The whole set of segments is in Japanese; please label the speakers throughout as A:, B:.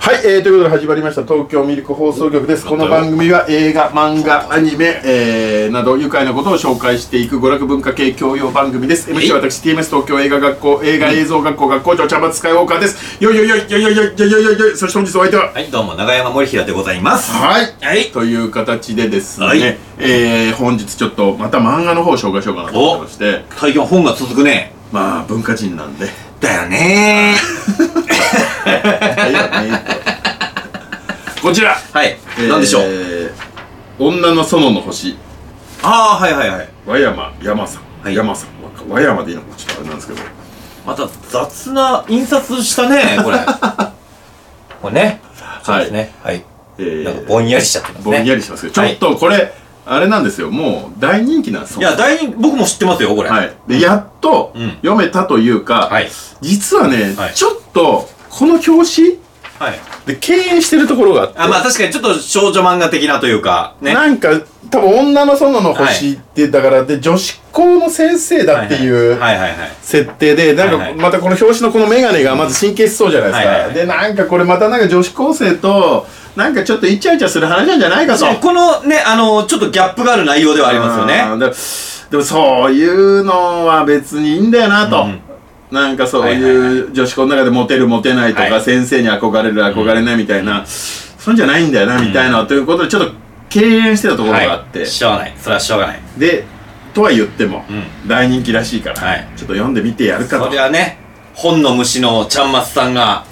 A: はい、えー、ということで始まりました東京ミルク放送局です。この番組は映画、漫画、アニメ、えー、など愉快なことを紹介していく娯楽文化系教養番組です。MC は私 TMS 東京映画学校映画映像学校学校長茶松スカイウォーカーです。よいよいよいよいよいよいよいよいよいよいそして本日お相手は
B: はい、どうも、長山森平でございます。
A: はい。
B: はい。
A: という形でですね、
B: はい
A: えー、本日ちょっとまた漫画の方を紹介しようかなと思ってまして、
B: 最近は本が続くね。
A: まあ文化人なんで。
B: だよね
A: はいはいはいこちら、
B: はい
A: え。ー
B: なんでしょう。
A: 女の園の星。
B: ああ、はいはいはい。
A: 和山山さん、
B: はい
A: 山さん和和山でいいのかちょっとあれなんですけど
B: また雑な印刷したね、これ。 これね。そうですね。はい。
A: え
B: なんか
A: ー
B: ぼんやりしちゃってます
A: ぼんや
B: ね。
A: りしますけどちょっとこれ、あれなんですよもう大人気なんですよ
B: いや、大人、僕も知ってますよ、これ。
A: はい、でやっと
B: うん
A: 読めたというか、
B: はい。
A: 実はね、
B: はい
A: ちょっとこの表紙
B: はい。
A: で敬遠してるところがあって
B: あ、まあ確かにちょっと少女漫画的なというか、ね。
A: なんか多分女の園の星って、だからで女子校の先生だっていう、
B: はいはいはいはい。
A: 設定で、なん
B: はい
A: か
B: はい
A: またこの表紙のこのメガネがまず神経質そうじゃないですか。
B: はいはいはい
A: で、なんかこれまたなんか女子高生と、なんかちょっとイチャイチャする話なんじゃないかと。
B: そうこのね、あの、ちょっとギャップがある内容ではありますよ
A: あ
B: ね。
A: ー。ででもそういうのは別にいいんだよなと。
B: うん
A: なんかそう
B: はい
A: いう女子校の中でモテるモテないとか、
B: はい
A: 先生に憧れる憧れないみたいな、そんじゃないんだよなみたいな、ということでちょっと敬遠してたところがあって、
B: はいしょうがない。それはしょうがない。
A: で、とは言っても、
B: う
A: 大人気らしいから、
B: はい
A: ちょっと読んでみてやるかと
B: そり。ゃね、本の虫のちゃんまつさんが、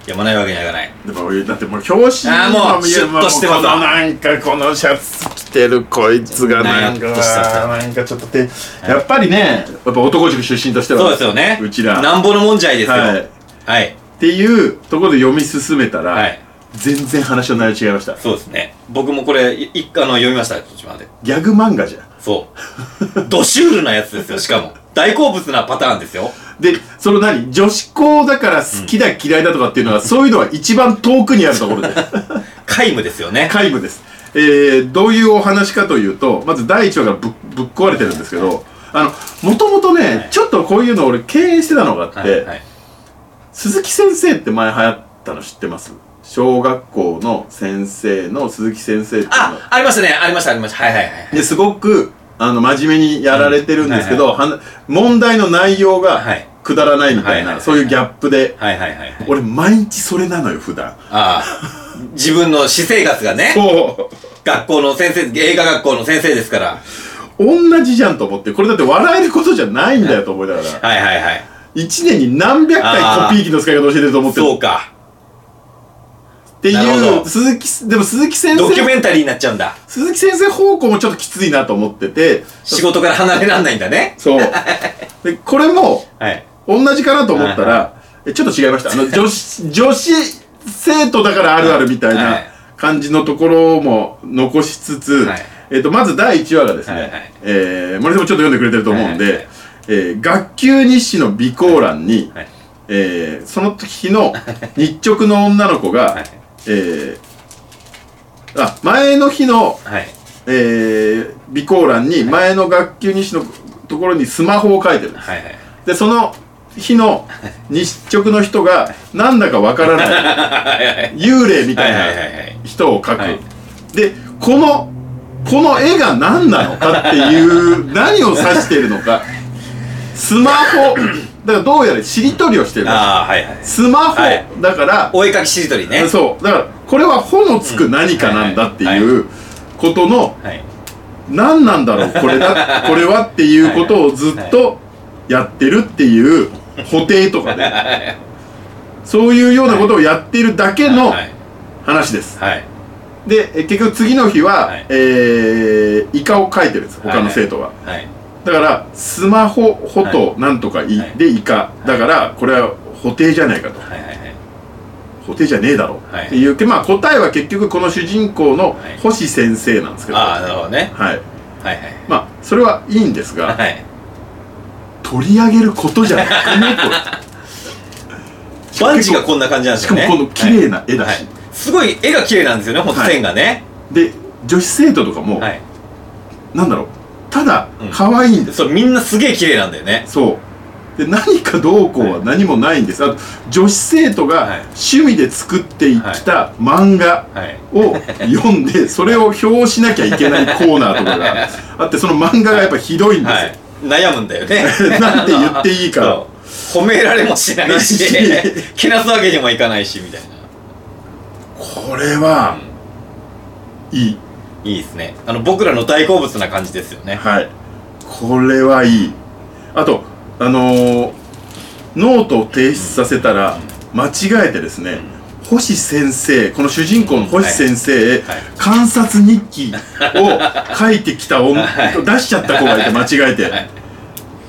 B: 読まないわけにはいかない。
A: でもだってもう表紙
B: あーもう
A: いや
B: シュッとして
A: も
B: ます
A: うこのなんかこのシャツ着てるこいつがなんか
B: シュッとした
A: わーなんかちょっとてやっぱりねやっぱ男塾出身としては
B: そうですよね。
A: うちら
B: なんぼのもんじゃいですよ。
A: はい
B: は
A: っ
B: い。はい。
A: ていうところで読み進めたら、全然話の内容違いました
B: そうですね。僕もこれ、い一巻の読みました、途中まで。
A: ギャグ漫画じゃん
B: そう。 ドシュールなやつですよ、しかも。大好物なパターンですよ。
A: でその何女子校だから好きだ嫌いだとかっていうのは、そういうのは一番遠くにあるところで
B: 皆無ですよね。
A: 皆無です、えー、どういうお話かというとまず第一話がぶっぶっ壊れてるんですけどあのもともとね、
B: い
A: ちょっとこういうの俺敬遠してたのがあって、
B: はい。はい。
A: 鈴木先生って前流行ったの知ってます小学校の先生の鈴木先生っていうの
B: あ、ありましたね。ありました、ありました。はいはいはい。
A: ですごくあの真面目にやられてるんですけど、はな問題の内容
B: は
A: が
B: い
A: くだらないみたいな、
B: はいはいはい
A: そういうギャップで、
B: はいはいはいはい。
A: 俺毎日それなのよ普段
B: ああ。自分の私生活がね、
A: そう
B: 学校の先生、映画学校の先生ですから。
A: 同じじゃんと思ってこれだって笑えることじゃないんだよと思いながら
B: はいはいはい。
A: 一年に何百回コピー機の使い方教えてると思ってる
B: そうか。
A: って
B: なる
A: い
B: ほ
A: う
B: ど
A: 鈴木でも鈴木先
B: ドキュメ
A: 生
B: ンタリーになっちゃうんだ。
A: 鈴木先生方向もちょっときついなと思ってて
B: 仕事から離れらんないんだね。
A: そうでこれも
B: はい。
A: 同じかなと思ったらえちょっと違いましたあの女子女子生徒だからあるあるみたい
B: は
A: ない感じのところも残しつつ、
B: はい
A: えっとまず第1話がですね、
B: はいはい
A: えー森さんもちょっと読んでくれてると思うんで、
B: はいはいはい
A: えー学級日誌の備考欄に、
B: はい。
A: えーその時の日直の女の子が、
B: はい
A: えーあ前の日の、
B: はい。
A: えー備考欄に前の学級日誌のところにスマホを書いてるんです
B: はいはい。
A: でその日 の日直の人がなんだかわからない幽霊み
B: は
A: た
B: いはいはいいはい
A: な。人を描く、
B: はい
A: でこのこの絵が何なのかっていう 何を指しているのかスマホだからどうやらしりとりをしてるらしい
B: ああ、はいはい。
A: スマホ、
B: はい
A: だから
B: お絵かきしりとりね。
A: そうだからこれは「ほ」のつく何かなんだって
B: はい
A: い
B: は
A: うことの
B: はい。
A: 何なんだろうこれ だこれはっていうことをずっとやってるっていう補定とかね
B: はい。
A: そういうようなことをやっているだけの
B: はい。
A: 話です
B: はい。
A: でえ結局次の日は、
B: はい
A: えーイカを描いてるんです他の生徒は、
B: はい。
A: だからスマホほとなんとかい、
B: はい
A: でイカだからこれは補定じゃないかと
B: はいはいはい。
A: 補定じゃねえだろう、
B: はい
A: っていうけまあ答えは結局この主人公の
B: はい
A: 星先生なんですけど
B: あ
A: は
B: あ、なるほどね。
A: い
B: はいはい。
A: まあそれはいいんですが
B: はい。
A: 取り上げることじゃなくねこれ
B: バンジーがこんな感じなん ですよね。
A: しかもこの綺麗な絵だし
B: はいはいすごい絵が綺麗なんですよね、ほんと
A: はい
B: 線がね。
A: で女子生徒とかも、
B: はい。
A: なんだろうただ
B: うん
A: 可愛いんです、
B: そう、みんなすげえ綺麗なんだよね。
A: そうで何かどうこうは何もないんです、あと女子生徒
B: はい
A: が趣味で作ってきた漫画
B: はい
A: を読んでそれを表しなきゃいけないコーナーとかがあってその漫画がやっぱひどいんですよ、
B: はい悩むんだよね
A: なんて言っていいか
B: そう褒められもしないしけなすわけにもいかないしみたいな
A: これは、いい
B: いいですねあの僕らの大好物な感じですよね
A: はいこれはいいあとあのーノートを提出させたら間違えてですね、星先生この主人公の星先生へ、
B: はい
A: 観察日記 を書いてきた女、
B: はい
A: 出しちゃった子がいて間違えて、
B: はい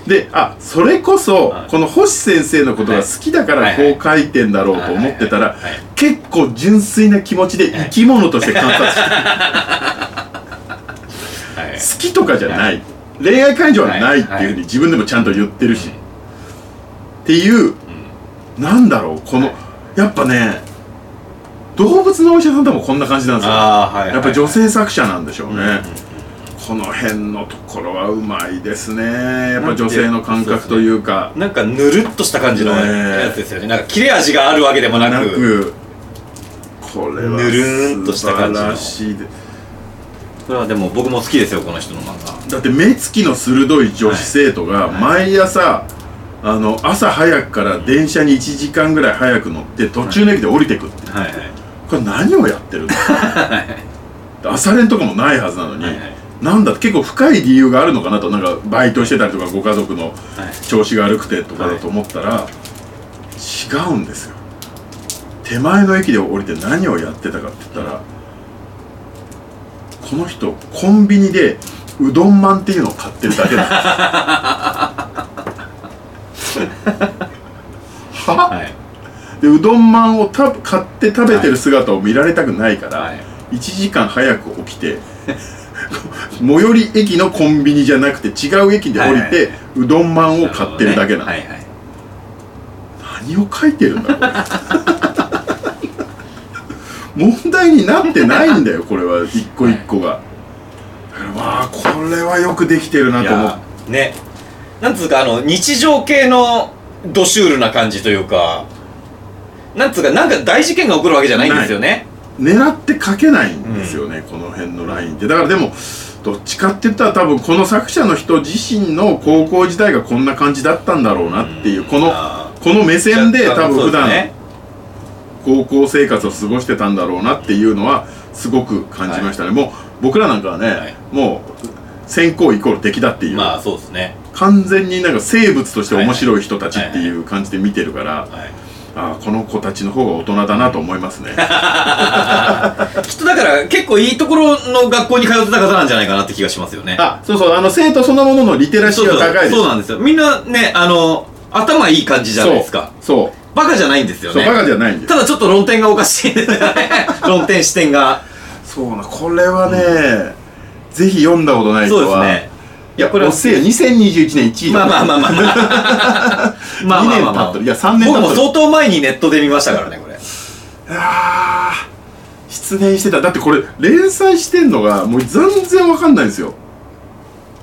A: であそれこそ
B: はい
A: この星先生のことが好きだから
B: はい
A: こう書いてんだろうと思ってたら
B: はいはいはい
A: 結構純粋な気持ちで生き物として観察して
B: はい
A: 好きとかじゃない、恋愛感情はないっていうふう
B: はい
A: に自分でもちゃんと言ってるし、っていう、なんだろうこの、やっぱね動物のお医者さんでもこんな感じなんですよ
B: ああはいはい
A: やっぱ女性作者なんでしょうね、
B: うんうんうん
A: この辺のところはうまいですねやっぱ女性の感覚というか
B: なんかぬるっとした感じの
A: ねえ
B: やつですよねなんか切れ味があるわけでもなく
A: なくこれは
B: ぬるーんとした感じの
A: 素晴らしいで
B: それはでも僕も好きですよこの人の漫画
A: だって目つきの鋭い女子生徒が毎朝あの朝早くから電車に1時間ぐらい早く乗って途中の駅で降りてくって
B: はいはい
A: これ何をやって るんだ朝練とかもないはずなのに
B: はいはい
A: なんだ結構深い理由があるのかなとなんかバイトしてたりとかご家族の調子が悪くてとかだと思ったら違うんですよ手前の駅で降りて何をやってたかって言ったらこの人コンビニでうどんまんっていうのを買ってるだけだ は
B: はい
A: でうどんまんをた買って食べてる姿を見られたくないから、
B: はい
A: 1時間早く起きて 最寄り駅のコンビニじゃなくて違う駅で降り
B: はいは
A: て、
B: いは
A: うどんまんを買ってるだけなの、
B: はいはい
A: 何を書いてるんだこれ問題になってないんだよこれは一個一個が、だからまあこれはよくできてるないと思っ
B: やねなんつうかあの日常系のドシュールな感じというかなんつうかなんか大事件が起こるわけじゃないんですよね
A: 狙って書けないんですよね、この辺のラインってだからでもどっちかって言ったら多分この作者の人自身の高校時代がこんな感じだったんだろうなっていう、この
B: あ
A: この目
B: ー
A: 線で多
B: そ
A: 分
B: う
A: 普
B: す
A: 段、
B: ね
A: 高校生活を過ごしてたんだろうなっていうのはすごく感じましたね、もう僕らなんかはね、
B: はい
A: もう先行イコール敵だっていう、
B: まあそうですね
A: 完全になんか生物として面白い人たちっていう感じで見てるから、
B: はい
A: ああこの子たちの方が大人だなと思いますね
B: きっとだから結構いいところの学校に通ってた方なんじゃないかなって気がしますよね
A: あそうそうあの生徒そのもののリテラシ
B: そ
A: ー
B: う
A: が
B: そ
A: 高いで
B: う
A: す
B: そうなんですよみんなねあの頭いい感じじゃないですか
A: そう
B: バカじゃないんですよ
A: そう
B: ね
A: バカじゃないんです
B: ただちょっと論点がおかし いですよね論点視点が
A: そうなこれはね、ぜひ読んだことない人
B: そうです
A: は、
B: ね
A: いや
B: こ
A: こ
B: れ
A: れ
B: は
A: おせえ2021年1位だ
B: まあまあまあまあまあま あまあ
A: 2
B: まあ
A: 年
B: ま
A: 経
B: あ
A: ってるいや3年経ってる
B: 僕も相当前にネットで見ましたからねこれ
A: あー失念してただってこれ連載してんのがもう全然わかんないんですよ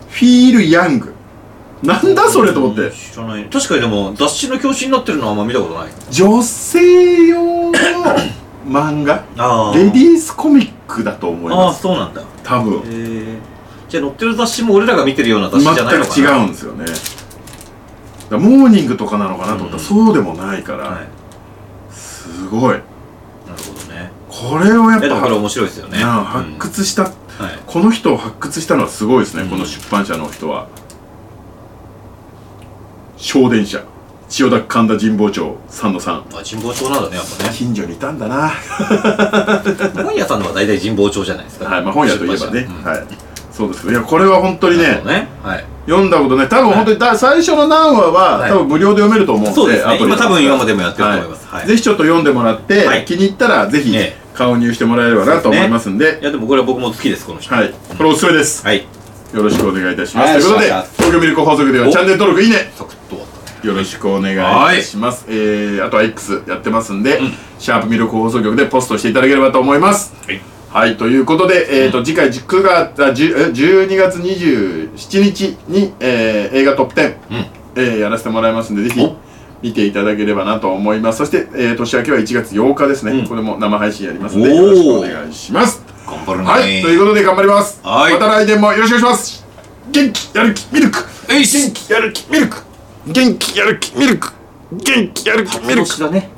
A: フィール・ヤングなんだそれと思って
B: 知らない確かにでも雑誌の表紙になってるのはあんま見たことない
A: 女性用の漫画
B: あ
A: レディースコミックだと思い
B: あ
A: ま
B: あ
A: す
B: そうなんだへ
A: 多分
B: えじゃあ載ってる雑誌も俺らが見てるような雑誌
A: 全
B: じゃないのかな
A: く違うんですよねだからモーニングとかなのかなと思ったら、
B: うん
A: そうでもないから、
B: はい
A: すごい
B: なるほどね
A: これをやっ
B: えだから
A: ぱ
B: 面白いですよね
A: なあ
B: うん
A: 発掘した、
B: はい
A: この人を発掘したのはすごいですね、
B: うん
A: この出版社の人は昇電社千代田区神田神保町3の3
B: あ神保町なんだねやっぱね
A: 近所にいたんだなは
B: 本屋さんのは大体神保町じゃないですか
A: いまあ本屋といえばね、
B: 出版社うん
A: はいそうですけどいやこれは本当に
B: なる
A: ね
B: ほどねはい
A: 読んだことない多分本当にだ最初の何話は、
B: はい
A: 多分無料で読めると思うんで
B: そうですね今多分今ま
A: で
B: でもやってると思いますはい
A: ぜひちょっと読んでもらって、
B: はい
A: 気に入ったらぜひ
B: ええ
A: 購入してもらえればなと思いますんで
B: いやでもこれは僕も好きですこの人
A: はいこれおすすめです、
B: はい
A: よろしくお願いいたしま
B: はい
A: すということで
B: お願いします
A: 東京ミルク放送局では
B: お
A: チャンネル登録いいね
B: サクッと終わったね
A: よろしくお願いいたします、えー、あとは X やってますんで、シャープミルク放送局でポストしていただければと思います
B: はい
A: はいということで、えーと次回9月あ10え12月27日に、えー映画トップ10、
B: うん
A: ええーやらせてもらいますんで、ぜひ
B: お
A: 見ていただければなと思います。そして、えー年明けは1月8日ですね、
B: うん
A: これも生配信やりますんで、
B: おー
A: よろしくお願いします。
B: 頑張るね
A: はい、ということで頑張ります。
B: はい
A: また来年もよろしくお願いします。元気、やる気、ミルク。
B: えいっ
A: 元気、やる気、ミルク。元気、やる気、ミルク。元気、やる気、ミルク。
B: だね